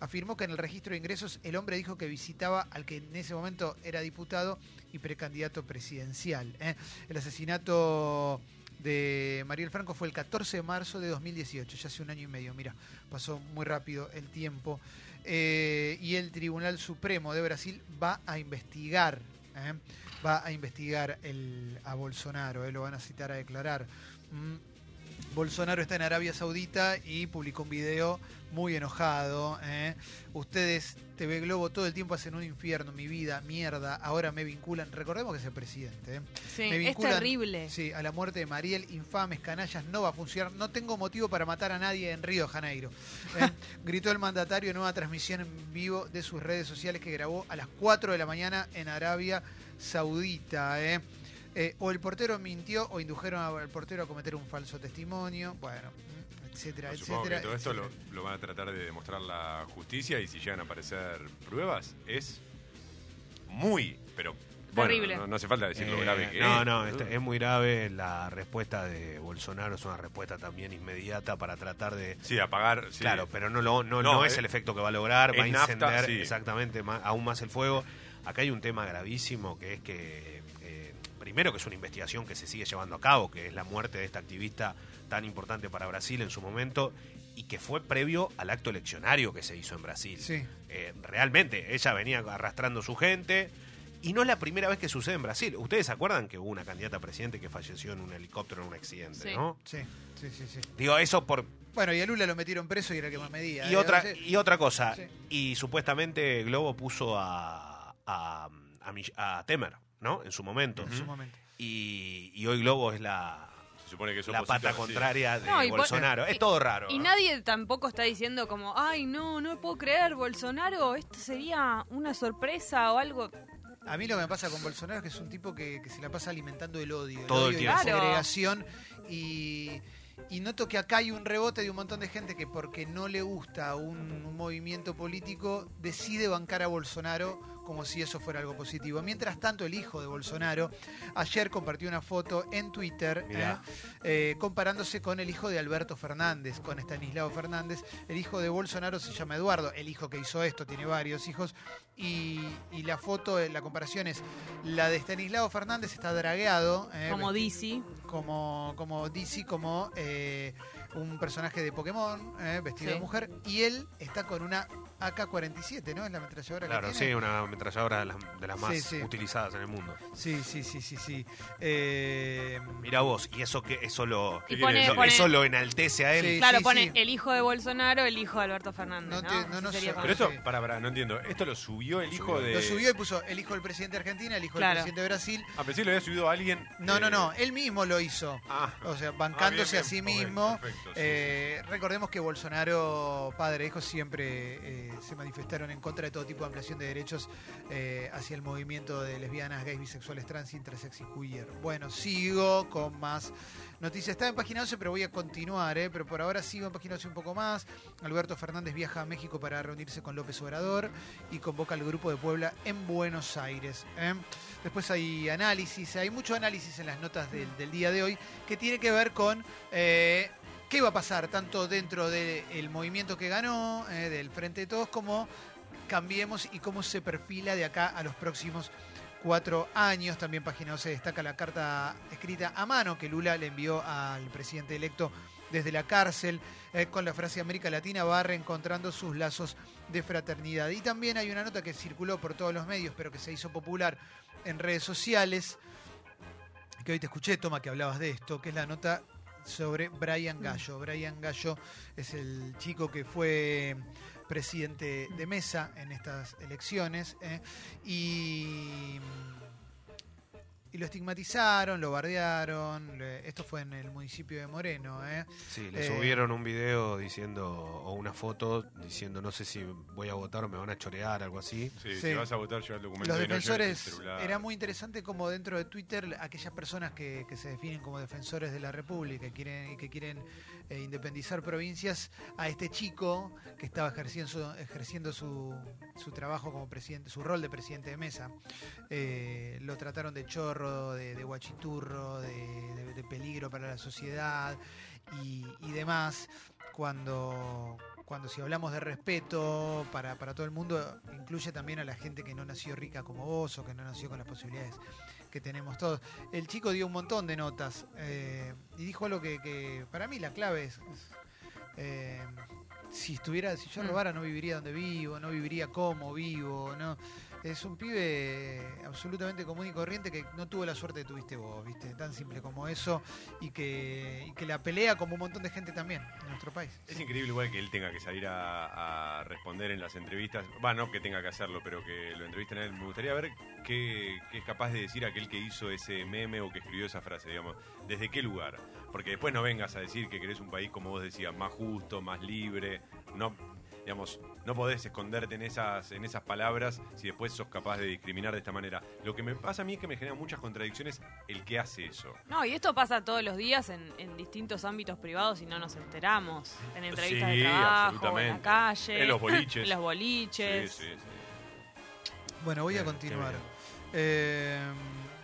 Speaker 1: Afirmó que en el registro de ingresos el hombre dijo que visitaba al que en ese momento era diputado y precandidato presidencial. ¿eh? El asesinato de Mariel Franco fue el 14 de marzo de 2018, ya hace un año y medio, mira, pasó muy rápido el tiempo. Eh, y el Tribunal Supremo de Brasil va a investigar, ¿eh? va a investigar el, a Bolsonaro, ¿eh? lo van a citar a declarar. Mm. Bolsonaro está en Arabia Saudita y publicó un video muy enojado. ¿eh? Ustedes, TV Globo, todo el tiempo hacen un infierno, mi vida, mierda, ahora me vinculan. Recordemos que es el presidente. ¿eh?
Speaker 3: Sí,
Speaker 1: Me
Speaker 3: es
Speaker 1: vinculan-
Speaker 3: terrible.
Speaker 1: Sí, a la muerte de Mariel, infames canallas, no va a funcionar. No tengo motivo para matar a nadie en Río de Janeiro. Eh, gritó el mandatario en una transmisión en vivo de sus redes sociales que grabó a las 4 de la mañana en Arabia Saudita. eh. Eh, o el portero mintió o indujeron a- al portero a cometer un falso testimonio. Bueno, mm, etcétera,
Speaker 2: Bueno, Supongo
Speaker 1: etcétera.
Speaker 2: que todo esto lo,
Speaker 1: etcétera.
Speaker 2: lo van a tratar de demostrar la justicia y si llegan a aparecer pruebas es muy, pero Bueno,
Speaker 3: Terrible.
Speaker 2: no, no hace falta decir lo
Speaker 4: Eh,
Speaker 2: grave que
Speaker 4: No,
Speaker 2: es.
Speaker 4: no, este- es muy grave. La respuesta de Bolsonaro es una respuesta también inmediata para tratar de.
Speaker 2: Sí, apagar. sí.
Speaker 4: Claro, pero no, lo, no,
Speaker 2: No,
Speaker 4: no
Speaker 2: eh,
Speaker 4: es el efecto que va a lograr, va a
Speaker 2: es nafta,
Speaker 4: encender
Speaker 2: sí.
Speaker 4: exactamente ma- aún más el fuego. Acá hay un tema gravísimo que es que, eh, primero que es una investigación que se sigue llevando a cabo, que es la muerte de esta activista tan importante para Brasil en su momento y que fue previo al acto eleccionario que se hizo en Brasil.
Speaker 1: Sí.
Speaker 4: Eh, realmente, ella venía arrastrando su gente. Y no es la primera vez que sucede en Brasil. Ustedes se acuerdan que hubo una candidata a presidente que falleció en un helicóptero en un accidente,
Speaker 1: Sí.
Speaker 4: ¿no?
Speaker 1: Sí, sí, sí, sí.
Speaker 4: Digo, eso por,
Speaker 1: Bueno, y a Lula lo metieron preso y era el que más medía.
Speaker 4: y
Speaker 1: eh,
Speaker 4: otra,
Speaker 1: entonces-
Speaker 4: y otra cosa,
Speaker 1: Sí.
Speaker 4: y supuestamente Globo puso a, a, a Mich- a Temer, ¿no? En su momento.
Speaker 1: En su momento.
Speaker 4: Y, y hoy Globo es la,
Speaker 2: Se supone que es
Speaker 4: la
Speaker 2: opositor,
Speaker 4: pata
Speaker 2: sí.
Speaker 4: contraria de
Speaker 3: No, y por-
Speaker 4: Bolsonaro. es todo raro.
Speaker 3: Y
Speaker 4: ¿no?
Speaker 3: nadie tampoco está diciendo como, ay, no, no puedo creer, Bolsonaro, esto sería una sorpresa o algo.
Speaker 1: A mí lo que me pasa con Bolsonaro es que es un tipo que, que se la pasa alimentando el odio. El
Speaker 4: Todo el
Speaker 1: odio y
Speaker 4: tiempo.
Speaker 1: la
Speaker 3: Claro.
Speaker 1: segregación. Y, y noto que acá hay un rebote de un montón de gente que porque no le gusta un, un movimiento político decide bancar a Bolsonaro como si eso fuera algo positivo. Mientras tanto, el hijo de Bolsonaro ayer compartió una foto en Twitter
Speaker 4: Mirá.
Speaker 1: eh, eh, comparándose con el hijo de Alberto Fernández, con Estanislao Fernández. El hijo de Bolsonaro se llama Eduardo, el hijo que hizo esto, tiene varios hijos. Y, y la foto, eh, la comparación es la de Estanislao Fernández está dragueado. eh,
Speaker 3: Como
Speaker 1: vesti-
Speaker 3: DC.
Speaker 1: como, como DC, como eh, un personaje de Pokémon, eh, vestido
Speaker 3: Sí.
Speaker 1: de mujer, y él está con una AK-47, ¿no? Es la ametralladora
Speaker 4: Claro,
Speaker 1: que tiene.
Speaker 4: sí, una ametralladora de las, de las más
Speaker 1: Sí, sí.
Speaker 4: utilizadas en el mundo.
Speaker 1: Sí, sí, sí, sí, sí. Eh,
Speaker 4: Mira vos, y eso que eso lo,
Speaker 3: Y pone-
Speaker 4: lo-
Speaker 3: pone-
Speaker 4: eso lo enaltece a él.
Speaker 1: Sí,
Speaker 3: claro,
Speaker 1: sí,
Speaker 3: pone
Speaker 1: sí.
Speaker 3: el hijo de Bolsonaro, el hijo de Alberto Fernández.
Speaker 1: No
Speaker 3: No,
Speaker 1: te- no,
Speaker 3: Eso
Speaker 1: no
Speaker 3: sería
Speaker 1: sé.
Speaker 3: como-
Speaker 2: Pero esto,
Speaker 1: Sí.
Speaker 2: para, para, no entiendo. Esto lo subió el hijo de.
Speaker 1: Lo subió y puso el hijo del presidente de Argentina, el hijo
Speaker 3: Claro.
Speaker 1: del presidente de Brasil.
Speaker 2: A Ah, pensé que lo había subido a alguien.
Speaker 1: No, no,
Speaker 2: eh,
Speaker 1: no, él mismo lo hizo.
Speaker 2: Ah.
Speaker 1: O sea, bancándose
Speaker 2: Ah,
Speaker 1: a sí
Speaker 2: bien, bien. Ok,
Speaker 1: mismo.
Speaker 2: perfecto, sí,
Speaker 1: Eh, Recordemos que Bolsonaro, padre e hijo, siempre eh, se manifestaron en contra de todo tipo de ampliación de derechos eh, hacia el movimiento de lesbianas, gays, bisexuales, trans, intersex y queer. Bueno, sigo con más noticias. Estaba en página 11, pero voy a continuar, eh, pero por ahora sigo en página 11 un poco más. Alberto Fernández viaja a México para reunirse con López Obrador y convoca al Grupo de Puebla en Buenos Aires. ¿eh? Después hay análisis, hay mucho análisis en las notas del, del día de hoy que tiene que ver con eh, qué va a pasar tanto dentro del movimiento que ganó, eh, del Frente de Todos, como cambiemos y cómo se perfila de acá a los próximos cuatro años. También página 12 destaca la carta escrita a mano que Lula le envió al presidente electo desde la cárcel, eh, con la frase América Latina va reencontrando sus lazos de fraternidad. Y también hay una nota que circuló por todos los medios, pero que se hizo popular en redes sociales, que hoy te escuché, Toma, que hablabas de esto, que es la nota sobre Brian Gallo. Brian Gallo es el chico que fue presidente de mesa en estas elecciones ¿eh? y, y lo estigmatizaron, lo bardearon. le- Esto fue en el municipio de Moreno. ¿eh?
Speaker 4: Sí, le
Speaker 1: Eh,
Speaker 4: subieron un video diciendo, o una foto diciendo, no sé si voy a votar o me van a chorear, algo así.
Speaker 2: Sí,
Speaker 1: Sí.
Speaker 2: si vas a votar, lleva el documento.
Speaker 1: Los
Speaker 2: y no lleves el
Speaker 1: defensores,
Speaker 2: celular.
Speaker 1: era muy interesante como dentro de Twitter aquellas personas que, que se definen como defensores de la República y quieren, y que quieren eh, independizar provincias, a este chico que estaba ejerciendo, su- ejerciendo su, su trabajo como presidente, su rol de presidente de mesa, eh, lo trataron de chorro, de, de guachiturro, de, de- de peligro para la sociedad y, y demás, cuando, cuando si hablamos de respeto para, para todo el mundo, incluye también a la gente que no nació rica como vos o que no nació con las posibilidades que tenemos todos. El chico dio un montón de notas eh, y dijo algo que, que para mí la clave es... es, eh, si estuviera, si yo
Speaker 3: Mm.
Speaker 1: robara no viviría donde vivo, no viviría como vivo, no, es un pibe absolutamente común y corriente que no tuvo la suerte que tuviste vos, ¿viste? Tan simple como eso y que, y que la pelea como un montón de gente también en nuestro país.
Speaker 2: Es increíble igual que él tenga que salir a, a responder en las entrevistas. Va, no que tenga que hacerlo, pero que lo entrevisten a él. Me gustaría ver qué, qué es capaz de decir aquel que hizo ese meme o que escribió esa frase, digamos. ¿Desde qué lugar? Porque después no vengas a decir que querés un país, como vos decías, más justo, más libre. No, digamos, no podés esconderte en esas, en esas palabras si después sos capaz de discriminar de esta manera. Lo que me pasa a mí es que me genera muchas contradicciones el que hace eso.
Speaker 3: No, y esto pasa todos los días en, en distintos ámbitos privados y no nos enteramos. En entrevistas
Speaker 2: Sí,
Speaker 3: de trabajo, en la
Speaker 2: absolutamente.
Speaker 3: calle.
Speaker 2: En los boliches.
Speaker 3: en los boliches.
Speaker 2: Sí, sí, sí.
Speaker 1: Bueno, voy a
Speaker 4: Bien,
Speaker 1: continuar.
Speaker 4: qué
Speaker 1: Eh,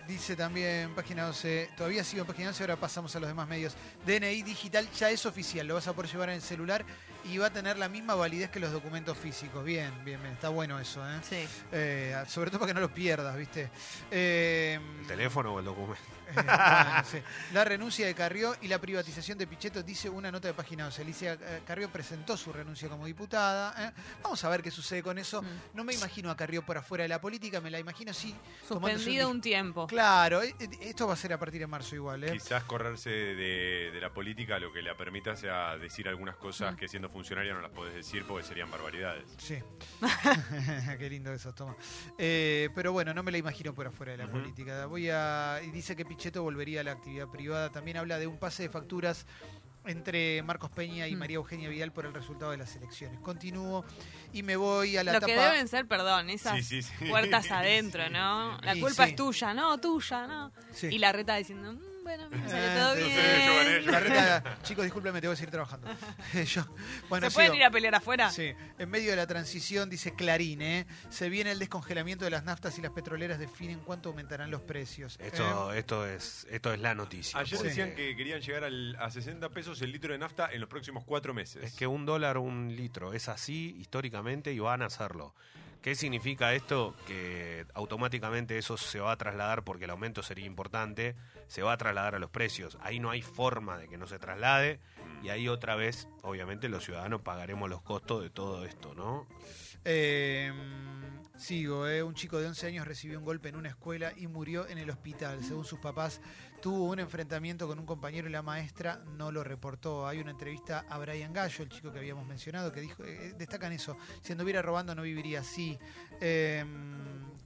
Speaker 1: dice también página 12, todavía sigo en página 11, ahora pasamos a los demás medios. DNI digital ya es oficial, lo vas a poder llevar en el celular y va a tener la misma validez que los documentos físicos. Bien, bien, bien, está bueno eso, ¿eh?
Speaker 3: Sí.
Speaker 1: Eh, sobre todo para que no los pierdas, ¿viste? Eh,
Speaker 4: ¿El teléfono o el documento?
Speaker 1: eh, bueno, sí. La renuncia de Carrió y la privatización de Pichetto, dice una nota de página 11. Alicia eh, Carrió presentó su renuncia como diputada. ¿eh? Vamos a ver qué sucede con eso.
Speaker 3: Mm.
Speaker 1: No me imagino a Carrió por afuera de la política, me la imagino sí. tomándose
Speaker 3: Suspendido
Speaker 1: un
Speaker 3: un tiempo.
Speaker 1: Claro, eh, eh, esto va a ser a partir de marzo igual, ¿eh?
Speaker 2: Quizás correrse de, de la política lo que le permita sea decir algunas cosas que siendo funcionaria no las podés decir porque serían barbaridades.
Speaker 1: Sí. Qué lindo eso, toma. Eh, pero bueno, no me la imagino por afuera de la
Speaker 2: Ujú.
Speaker 1: política. Voy a. Y dice que Pichetto volvería a la actividad privada. También habla de un pase de facturas entre Marcos Peña y
Speaker 3: Mm.
Speaker 1: María Eugenia Vidal por el resultado de las elecciones. Continúo y me voy a la
Speaker 3: Lo
Speaker 1: etapa.
Speaker 3: que deben ser, perdón, esas
Speaker 2: Sí, sí, sí.
Speaker 3: puertas adentro, ¿no? La
Speaker 1: Sí,
Speaker 3: culpa
Speaker 1: sí.
Speaker 3: es tuya, no, tuya, no.
Speaker 1: Sí.
Speaker 3: Y la reta diciendo, "Mm, bueno, me salió
Speaker 1: Eh,
Speaker 3: todo
Speaker 1: sí,
Speaker 3: bien.
Speaker 1: sí,
Speaker 2: yo gané, yo
Speaker 1: La reta- chicos, discúlpenme, tengo que seguir trabajando. Yo- bueno,
Speaker 3: ¿Se pueden
Speaker 1: sigo.
Speaker 3: ir a pelear afuera?
Speaker 1: Sí, en medio de la transición, dice Clarín, ¿eh? se viene el descongelamiento de las naftas y las petroleras definen cuánto aumentarán los precios.
Speaker 4: Esto,
Speaker 1: Eh,
Speaker 4: esto, es, esto es la noticia.
Speaker 2: Ayer
Speaker 4: porque
Speaker 2: decían que querían llegar al- a 60 pesos el litro de nafta en los próximos cuatro meses.
Speaker 4: Es que un dólar, un litro, es así históricamente y van a hacerlo. ¿Qué significa esto? Que automáticamente eso se va a trasladar, porque el aumento sería importante, se va a trasladar a los precios. Ahí no hay forma de que no se traslade y ahí otra vez, obviamente, los ciudadanos pagaremos los costos de todo esto, ¿no?
Speaker 1: eh, sigo, ¿eh? un chico de 11 años recibió un golpe en una escuela y murió en el hospital. Según sus papás, tuvo un enfrentamiento con un compañero y la maestra no lo reportó. Hay una entrevista a Brian Gallo, el chico que habíamos mencionado, que dijo, eh, destacan eso, si anduviera robando no viviría así. Eh,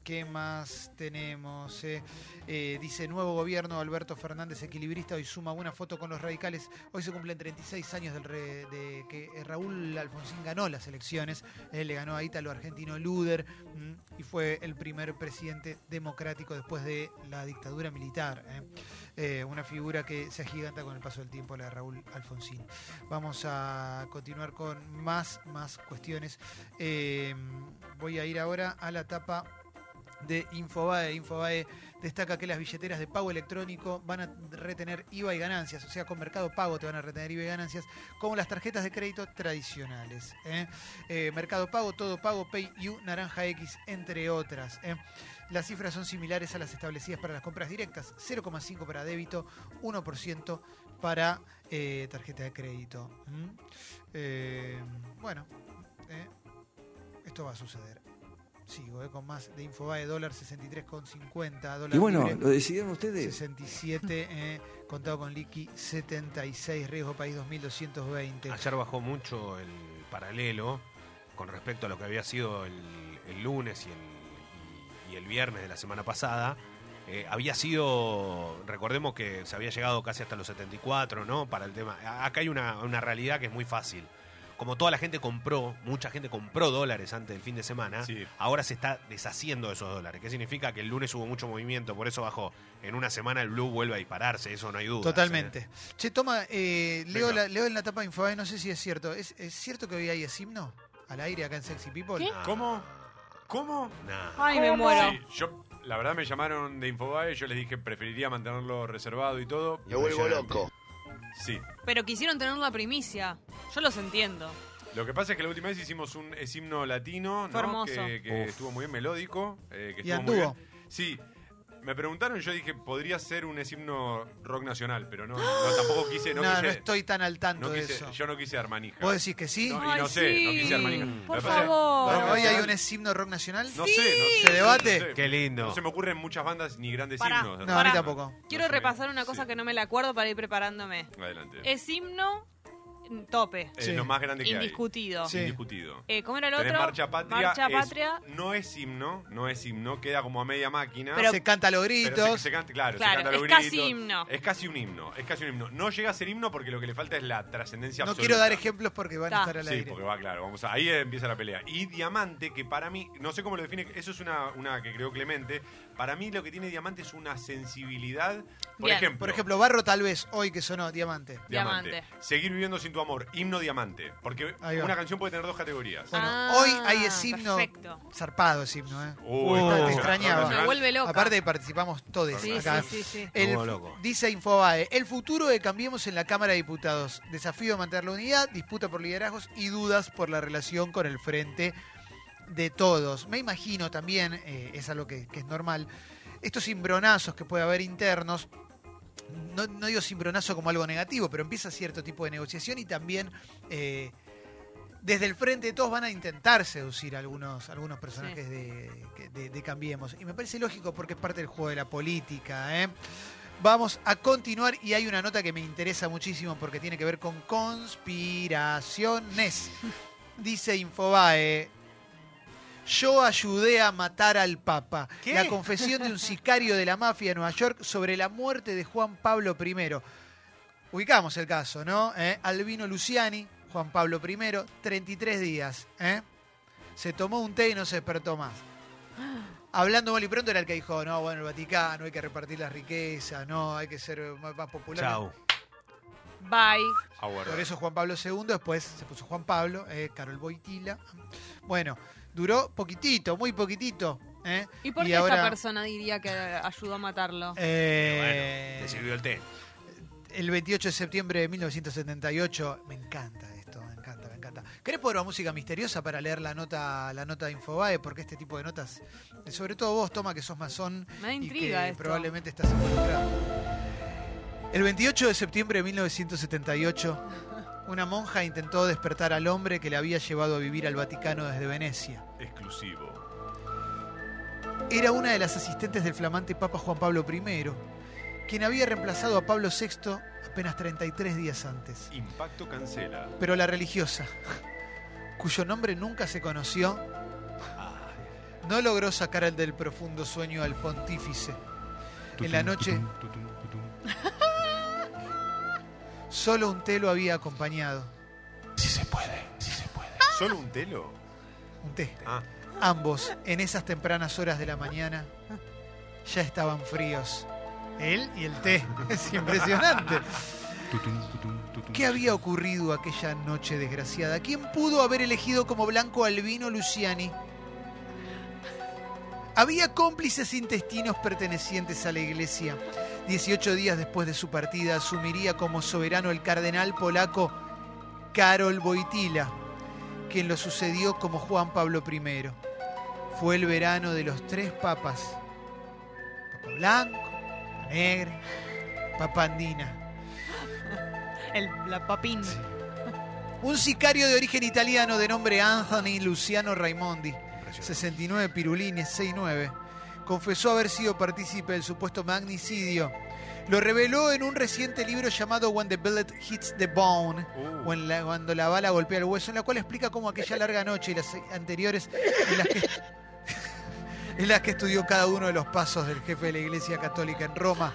Speaker 1: ¿Qué más tenemos? eh? Eh, dice nuevo gobierno, Alberto Fernández, equilibrista, hoy suma una foto con los radicales. Hoy se cumplen 36 años del re- de que eh, Raúl Alfonsín ganó las elecciones. Eh, le ganó a Ítalo Argentino Luder mm, y fue el primer presidente democrático después de la dictadura militar. eh. Eh, una figura que se agiganta con el paso del tiempo, la de Raúl Alfonsín. Vamos a continuar con más, más cuestiones. Eh, voy a ir ahora a la tapa de Infobae. Infobae destaca que las billeteras de pago electrónico van a retener IVA y ganancias, o sea, con Mercado Pago te van a retener IVA y ganancias, como las tarjetas de crédito tradicionales. ¿eh? Eh, Mercado Pago, Todo Pago, PayU, Naranja X, entre otras. ¿eh? Las cifras son similares a las establecidas para las compras directas, 0,5 para débito, 1% para eh, tarjeta de crédito. ¿Mm? Eh, bueno, ¿eh? esto va a suceder. Sigo ¿eh? con más de Infobae, dólar 63,50, dólar
Speaker 11: Y bueno,
Speaker 1: libre,
Speaker 11: lo decidieron ustedes.
Speaker 1: 67, ¿eh? contado con liqui 76, riesgo país 2220.
Speaker 2: Este,
Speaker 4: Ayer bajó mucho el paralelo con respecto a lo que había sido el, el lunes y el, y- y el viernes de la semana pasada. Eh, había sido, recordemos que se había llegado casi hasta los 74, ¿no? Para el tema. A- Acá hay una, una realidad que es muy fácil. Como toda la gente compró, mucha gente compró dólares antes del fin de semana,
Speaker 2: Sí.
Speaker 4: ahora se está deshaciendo de esos dólares. ¿Qué significa? Que el lunes hubo mucho movimiento, por eso bajó. En una semana el blue vuelve a dispararse, eso no hay duda.
Speaker 1: Totalmente. Che, toma, eh, leo,
Speaker 4: Venga.
Speaker 1: la, leo en la tapa de Infobae, no sé si es cierto. ¿Es, es cierto que hoy hay es himno al aire acá en Sexy People?
Speaker 4: ¿eh?
Speaker 2: ¿Cómo? ¿Cómo?
Speaker 3: Ay, me muero.
Speaker 2: Sí, yo, la verdad me llamaron de Infobae, yo les dije preferiría mantenerlo reservado y todo.
Speaker 4: Yo vuelvo
Speaker 2: loco. Sí.
Speaker 3: Pero quisieron tener la primicia. Yo los entiendo.
Speaker 2: Lo que pasa es que la última vez hicimos un es himno latino,
Speaker 3: Fue
Speaker 2: ¿no?
Speaker 3: hermoso.
Speaker 2: Que, que
Speaker 4: Uf.
Speaker 2: estuvo muy bien melódico. eh, que
Speaker 1: Y
Speaker 2: estuvo muy
Speaker 1: anduvo.
Speaker 2: bien. Sí. Me preguntaron, yo dije, podría ser un es himno rock nacional, pero no, no, tampoco quise, no,
Speaker 1: ¡Ah! no, no
Speaker 2: quise-
Speaker 1: estoy tan al tanto
Speaker 2: no
Speaker 1: de
Speaker 2: quise-
Speaker 1: eso.
Speaker 2: yo no quise armanija.
Speaker 1: ¿Vos decís que sí?
Speaker 2: No, y no
Speaker 3: Ay,
Speaker 2: sé, no
Speaker 3: sí.
Speaker 2: quise armanija.
Speaker 4: Mm.
Speaker 2: Lo que
Speaker 3: Por
Speaker 2: pasa es-
Speaker 3: favor.
Speaker 1: Bueno,
Speaker 2: no,
Speaker 1: hoy hay
Speaker 2: no,
Speaker 1: un es himno rock nacional.
Speaker 2: No sé, no sé.
Speaker 1: ¿Se debate?
Speaker 2: No sé.
Speaker 4: Qué lindo.
Speaker 2: No se me ocurren muchas bandas ni grandes
Speaker 3: Pará,
Speaker 2: himnos.
Speaker 1: No, a mí
Speaker 3: Pará.
Speaker 1: tampoco.
Speaker 3: Quiero
Speaker 2: No sé.
Speaker 3: repasar una cosa Eh,
Speaker 2: Sí.
Speaker 3: que no me la acuerdo para ir preparándome.
Speaker 2: Adelante. Es,
Speaker 3: Es himno mm, tope.
Speaker 1: Sí.
Speaker 2: lo más grande que
Speaker 3: Indiscutido.
Speaker 2: hay.
Speaker 1: Sí.
Speaker 2: Indiscutido.
Speaker 3: Eh, ¿Cómo era el
Speaker 2: Tenés
Speaker 3: otro?
Speaker 2: Marcha Patria.
Speaker 3: Marcha
Speaker 2: es-
Speaker 3: Patria.
Speaker 2: no es himno, no es himno, queda como a media máquina.
Speaker 3: Pero-
Speaker 1: se canta a los
Speaker 2: pero
Speaker 1: gritos.
Speaker 2: se, se canta, claro, se
Speaker 3: Claro,
Speaker 2: canta los
Speaker 3: es casi
Speaker 2: gritos.
Speaker 3: himno.
Speaker 2: Es casi un himno, es casi un himno. No llega a ser himno porque lo que le falta es la trascendencia
Speaker 1: no
Speaker 2: absoluta.
Speaker 1: quiero dar ejemplos porque van a
Speaker 3: Ta.
Speaker 1: estar al
Speaker 2: Sí,
Speaker 1: aire.
Speaker 2: porque va claro, vamos a- ahí empieza la pelea. Y Diamante, que para mí, no sé cómo lo define, eso es una, una que creó Clemente, para mí lo que tiene Diamante es una sensibilidad, por
Speaker 3: Bien.
Speaker 2: ejemplo,
Speaker 1: Por ejemplo, Barro tal vez, hoy que sonó Diamante.
Speaker 2: Diamante.
Speaker 3: Diamante.
Speaker 2: Seguir viviendo sin sin tu amor, himno diamante. Porque
Speaker 1: Ahí va.
Speaker 2: una canción puede tener dos categorías.
Speaker 1: Bueno,
Speaker 3: Ah,
Speaker 1: hoy hay ese himno
Speaker 3: perfecto.
Speaker 1: zarpado, ese himno, ¿eh?
Speaker 2: Uy,
Speaker 1: Está-
Speaker 2: no,
Speaker 1: te extrañaba.
Speaker 2: no, no, no. Me
Speaker 3: vuelve loca.
Speaker 1: Aparte participamos todos
Speaker 3: Sí,
Speaker 1: acá.
Speaker 3: sí, sí, sí.
Speaker 1: El-
Speaker 4: Estuvo loco.
Speaker 1: dice Infobae, el futuro de Cambiemos en la Cámara de Diputados. Desafío de mantener la unidad, disputa por liderazgos y dudas por la relación con el frente de todos. Me imagino también, eh, es algo que, que es normal, estos cimbronazos que puede haber internos, no, no digo cimbronazo como algo negativo, pero empieza cierto tipo de negociación y también... eh, desde el frente de todos van a intentar seducir a algunos, algunos personajes de, que- de- de Cambiemos. Y me parece lógico porque es parte del juego de la política. ¿eh? Vamos a continuar y hay una nota que me interesa muchísimo porque tiene que ver con conspiraciones. Dice Infobae. Yo ayudé a matar al Papa.
Speaker 4: ¿Qué?
Speaker 1: La confesión de un sicario de la mafia de Nueva York sobre la muerte de Juan Pablo I. Ubicamos el caso, ¿no? ¿Eh? Albino Luciani, Juan Pablo I, 33 días. ¿eh? Se tomó un té y no se despertó más. Hablando mal y pronto era el que dijo, no, bueno, el Vaticano, hay que repartir las riquezas, no, hay que ser más, más popular.
Speaker 4: Chau.
Speaker 3: Bye.
Speaker 2: Aguarda.
Speaker 1: Por eso Juan Pablo II, después se puso Juan Pablo, eh, Carol Boitila. Bueno, duró poquitito, muy poquitito. ¿eh?
Speaker 3: ¿Y por
Speaker 1: Y
Speaker 3: qué
Speaker 1: ahora-
Speaker 3: esta persona diría que ayudó a matarlo?
Speaker 1: Eh,
Speaker 4: Bueno, te sirvió el té.
Speaker 1: el 28 de septiembre de 1978. Me encanta esto, me encanta, me encanta. ¿Querés poner una música misteriosa para leer la nota, la nota de Infobae? Porque este tipo de notas, eh, sobre todo vos, Toma, que sos masón
Speaker 3: Me da
Speaker 1: y
Speaker 3: intriga
Speaker 1: que
Speaker 3: esto.
Speaker 1: probablemente estás involucrado. El 28 de septiembre de 1978, una monja intentó despertar al hombre que le había llevado a vivir al Vaticano desde Venecia.
Speaker 2: Exclusivo.
Speaker 1: Era una de las asistentes del flamante Papa Juan Pablo I, quien había reemplazado a Pablo VI apenas 33 días antes.
Speaker 2: Impacto cancela.
Speaker 1: Pero la religiosa, cuyo nombre nunca se conoció, no logró sacar el del profundo sueño al pontífice. En la noche, solo un té lo había acompañado.
Speaker 3: Ah.
Speaker 2: ¿Solo un telo?
Speaker 1: Un té.
Speaker 2: Ah.
Speaker 1: Ambos, en esas tempranas horas de la mañana, ya estaban fríos. Él y el té. Es impresionante. ¿Qué había ocurrido aquella noche desgraciada? ¿Quién pudo haber elegido como blanco al vino Luciani? Había cómplices intestinos pertenecientes a la iglesia. 18 días después de su partida asumiría como soberano el cardenal polaco Karol Wojtyla, quien lo sucedió como Juan Pablo I. Fue el verano de los tres papas. Papa Blanco, Papa Negra, Papa Andina.
Speaker 3: El, la papín.
Speaker 1: Un sicario de origen italiano de nombre Anthony Luciano Raimondi, 69 pirulines, 69, confesó haber sido partícipe del supuesto magnicidio. Lo reveló en un reciente libro llamado When the Bullet Hits the Bone,
Speaker 2: Uh.
Speaker 1: o en la- cuando la bala golpea el hueso, en la cual explica cómo aquella larga noche y las anteriores en las que, estu- en las que estudió cada uno de los pasos del jefe de la Iglesia Católica en Roma.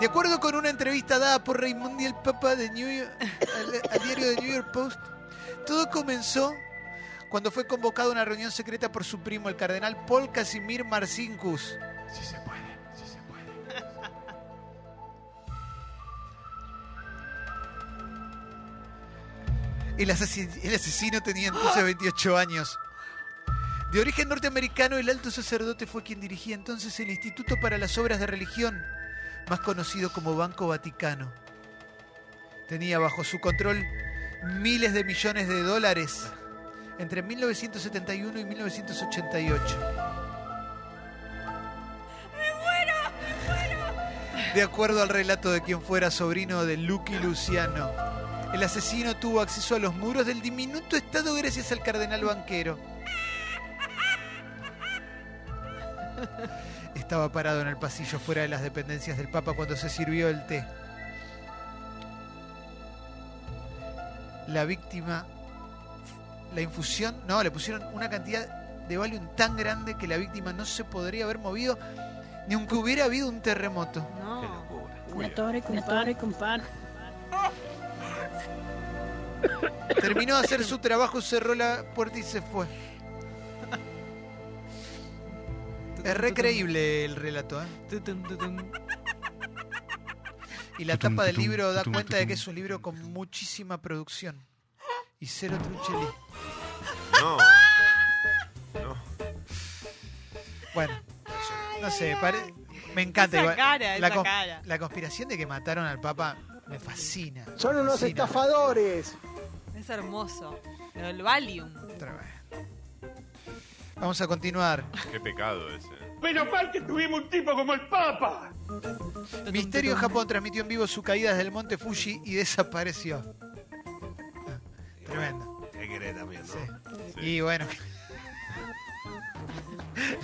Speaker 1: De acuerdo con una entrevista dada por Raimondi el Papa de New York, al, al diario The New York Post, todo comenzó cuando fue convocado a una reunión secreta por su primo, el cardenal Paul Casimir Marcinkus. El, asesi- el asesino tenía entonces 28 años. De origen norteamericano, el alto sacerdote fue quien dirigía entonces el Instituto para las Obras de Religión, más conocido como Banco Vaticano. Tenía bajo su control miles de millones de dólares entre 1971 y 1988. De acuerdo al relato de quien fuera sobrino de Lucky Luciano, el asesino tuvo acceso a los muros del diminuto estado gracias al cardenal banquero. Estaba parado en el pasillo fuera de las dependencias del Papa cuando se sirvió el té. La víctima, la infusión, no, le pusieron una cantidad de Valium tan grande que la víctima no se podría haber movido ni aunque hubiera habido un terremoto.
Speaker 4: Qué
Speaker 3: No.
Speaker 4: locura.
Speaker 1: Terminó de hacer su trabajo, cerró la puerta y se fue. Es re creíble el relato, ¿eh?
Speaker 3: Tutum, tutum.
Speaker 1: Y la tapa del libro da cuenta de que es un libro con muchísima producción. Y cero trucheli.
Speaker 2: No. No.
Speaker 1: Bueno, no sé, pare- me encanta
Speaker 3: Esa
Speaker 1: igual.
Speaker 3: cara,
Speaker 1: la,
Speaker 3: esa cara.
Speaker 1: la conspiración de que mataron al Papa me fascina.
Speaker 11: Son unos
Speaker 1: Fascina.
Speaker 11: estafadores.
Speaker 3: Es hermoso. Lo del Valium.
Speaker 1: Vamos a continuar.
Speaker 2: Qué pecado ese.
Speaker 12: Menos mal que tuvimos un tipo como el Papa.
Speaker 1: Misterio en Japón transmitió en vivo su caída desde el monte Fuji y desapareció. Ah, Tremendo.
Speaker 4: ¿Qué querés también, no?
Speaker 1: Y bueno.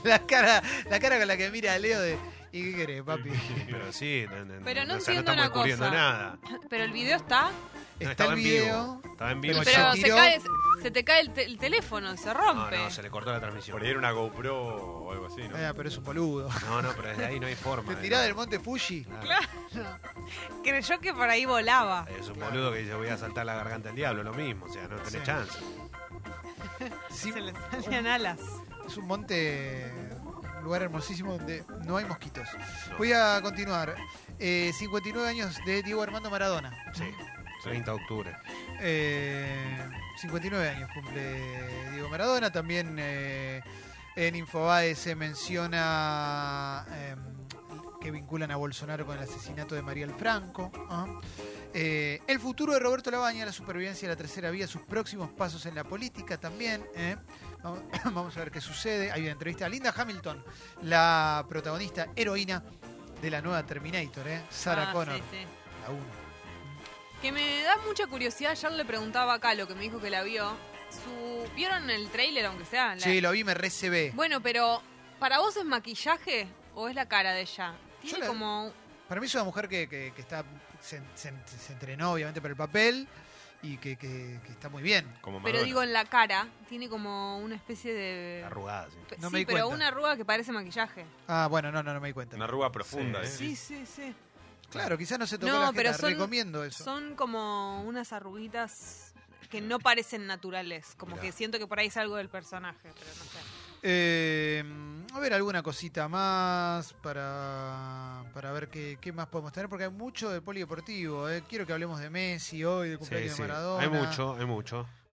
Speaker 1: la cara, la cara con la que mira a Leo de. ¿Y qué querés, papi?
Speaker 4: Pero sí, no, no,
Speaker 3: Pero no
Speaker 4: o sea,
Speaker 3: entiendo
Speaker 4: estamos
Speaker 3: una
Speaker 4: descubriendo
Speaker 3: cosa.
Speaker 4: nada.
Speaker 3: Pero el video está.
Speaker 4: No,
Speaker 1: Está el
Speaker 4: estaba en vivo.
Speaker 1: video.
Speaker 4: Estaba en vivo.
Speaker 3: Pero,
Speaker 4: ya.
Speaker 3: se, cae, se- se te cae el, te- el teléfono, se
Speaker 4: No,
Speaker 3: rompe.
Speaker 4: no, se le cortó la transmisión.
Speaker 2: Por ahí era una GoPro o algo así, ¿no?
Speaker 1: Ah, pero es un boludo.
Speaker 4: No, no, pero desde ahí no hay forma.
Speaker 1: Te tirás del monte Fuji.
Speaker 3: Claro. Creyó que por ahí volaba.
Speaker 4: Es un boludo que yo voy a saltar la garganta al diablo, lo mismo, o sea, no tenés
Speaker 1: Sí.
Speaker 4: chance.
Speaker 1: Sí,
Speaker 3: Se le salían alas.
Speaker 1: Es un monte, un lugar hermosísimo donde no hay mosquitos. Voy a continuar. Eh, 59 años de Diego Armando Maradona.
Speaker 4: Sí, 30 de octubre.
Speaker 1: Eh, 59 años cumple Diego Maradona. También eh, en Infobae se menciona eh, que vinculan a Bolsonaro con el asesinato de Mariel Franco. Ah. Eh, el futuro de Roberto Labaña, la supervivencia de la tercera vía, sus próximos pasos en la política también. eh. Vamos, vamos a ver qué sucede. Hay una entrevista a Linda Hamilton, la protagonista heroína de la nueva Terminator, eh. Sarah
Speaker 3: Ah,
Speaker 1: Connor,
Speaker 3: sí, sí.
Speaker 1: la uno.
Speaker 3: Que me da mucha curiosidad, ayer le preguntaba acá lo que me dijo que la vio. Su- ¿Vieron el tráiler, aunque sea? La-
Speaker 1: Sí, lo vi, me recebé.
Speaker 3: Bueno, pero ¿para vos es maquillaje o es la cara de ella? Tiene
Speaker 1: la-
Speaker 3: como...
Speaker 1: Para mí es una mujer que, que- que está se, se- se entrenó obviamente para el papel y que, que- que está muy bien.
Speaker 2: Como Maradona.
Speaker 3: Pero digo, en la cara tiene como una especie de...
Speaker 4: Arrugada, sí.
Speaker 3: Pe-
Speaker 1: No
Speaker 3: sí,
Speaker 1: me di
Speaker 3: pero
Speaker 1: cuenta.
Speaker 3: una arruga que parece maquillaje.
Speaker 1: Ah, bueno, no, no, no me di cuenta.
Speaker 2: Una arruga profunda,
Speaker 3: Sí,
Speaker 2: ¿eh?
Speaker 3: sí, sí.
Speaker 1: Claro, quizás no se tocó la
Speaker 3: No,
Speaker 1: jeta,
Speaker 3: pero son,
Speaker 1: recomiendo eso.
Speaker 3: son como unas arruguitas que no parecen naturales. Como
Speaker 1: Mirá.
Speaker 3: que siento que por ahí es algo del personaje, pero no sé.
Speaker 1: Eh, a ver, alguna cosita más para, para ver qué, qué más podemos tener, porque hay mucho de polideportivo. eh. Quiero que hablemos de Messi hoy, de
Speaker 4: Sí,
Speaker 1: cumpleaños
Speaker 4: sí.
Speaker 1: de Maradona.
Speaker 4: Hay mucho, hay mucho.